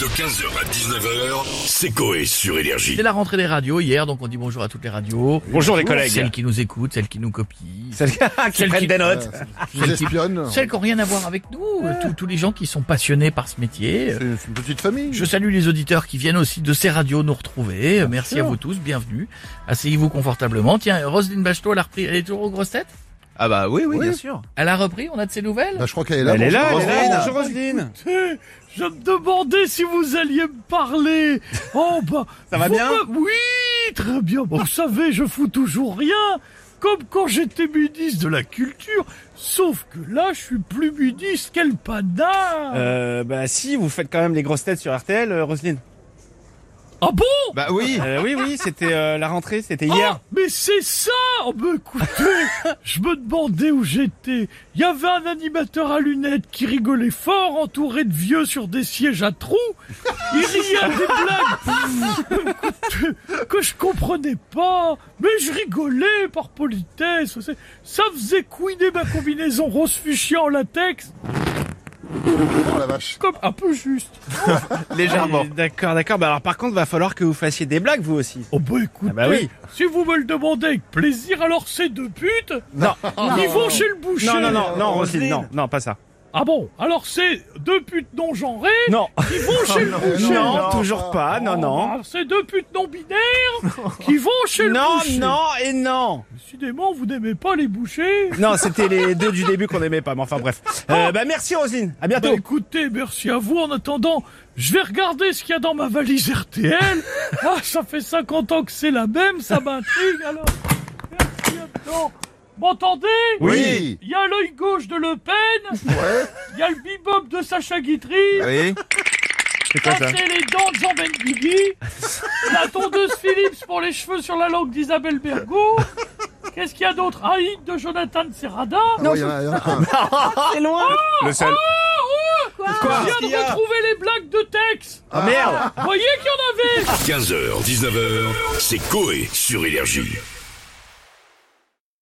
De 15h à 19h, c'est Coé sur Énergie. C'est la rentrée des radios hier, donc on dit bonjour à toutes les radios. Bonjour les collègues. Celles qui nous écoutent, celles qui nous copient. Celles qui prennent des notes. Je vous espionne. Celles qui n'ont rien à voir avec nous, tous- tous les gens qui sont passionnés par ce métier. C'est une petite famille. Je salue les auditeurs qui viennent aussi de ces radios nous retrouver. Merci à vous tous, bienvenue. Asseyez-vous confortablement. Tiens, Roselyne Bachelot, elle a repris, elle est toujours aux grosses têtes Ah bah oui, oui, bien sûr. Elle a repris, on a de ses nouvelles Bah, je crois qu'elle est là. elle est là, Bonjour, elle est là. Roselyne. Bonjour Roselyne. Je me demandais si vous alliez me parler. Oh bah. Ça va vous bien me- Oui, très bien. Vous savez, je fous toujours rien. Comme quand j'étais ministre de la Culture. Sauf que là, je suis plus ministre. Quel panard Euh, bah si, vous faites quand même les grosses têtes sur RTL, euh, Roselyne. Ah bon Bah oui. oui, oui, c'était euh, la rentrée, c'était hier. Ah, mais c'est ça oh, bah, écoutez, je me demandais où j'étais. Il y avait un animateur à lunettes qui rigolait fort, entouré de vieux sur des sièges à trous. Il riait à des blagues écoutez, que je comprenais pas. Mais je rigolais par politesse. C'est- Ça faisait couiner ma combinaison rose fuchsia en latex, Oh, la vache. comme un peu juste. Légèrement. D'accord, d'accord. Bah alors par contre, va falloir que vous fassiez des blagues vous aussi. Oh bah écoutez, Ah bah oui. si vous me le demandez avec plaisir, alors ces deux putes, Non. ils vont chez le boucher. Non, non, non, non, Roselyne, Roselyne. non, non, pas ça. Ah bon Alors c'est deux putes non genrées Non. qui vont chez le boucher. Non, non, toujours pas. Non, non. Ah, C'est deux putes non binaires qui vont chez le Non, boucher. non et non. Décidément, vous n'aimez pas les bouchers. Bah, Non, c'était les deux du début qu'on aimait pas, mais enfin bref. Euh, bah merci Roselyne. À Bah, bientôt. écoutez, merci à vous. En attendant, je vais regarder ce qu'il y a dans ma valise RTL. Ah, ça fait 50 ans que c'est la même, ça m'intrigue. Alors, merci à bientôt. M'entendez Oui. Il y a l'œil gauche de Le Pen. Ouais. Il y a le bebop de Sacha Guitry. Oui. C'est quoi Ça, ça c'est les dents de Jean Benguigui. la tondeuse Philips pour les cheveux sur la langue d'Isabelle Bergo. Qu'est-ce qu'il y a d'autre Un hit de Jonathan Serrada. Ah ouais, il y en a- il y en a un. Le seul. Oh, Je viens de retrouver les blagues de Tex. Ah, merde. Voyez qu'il y en avait 15h, 19h, c'est Coé sur Énergie.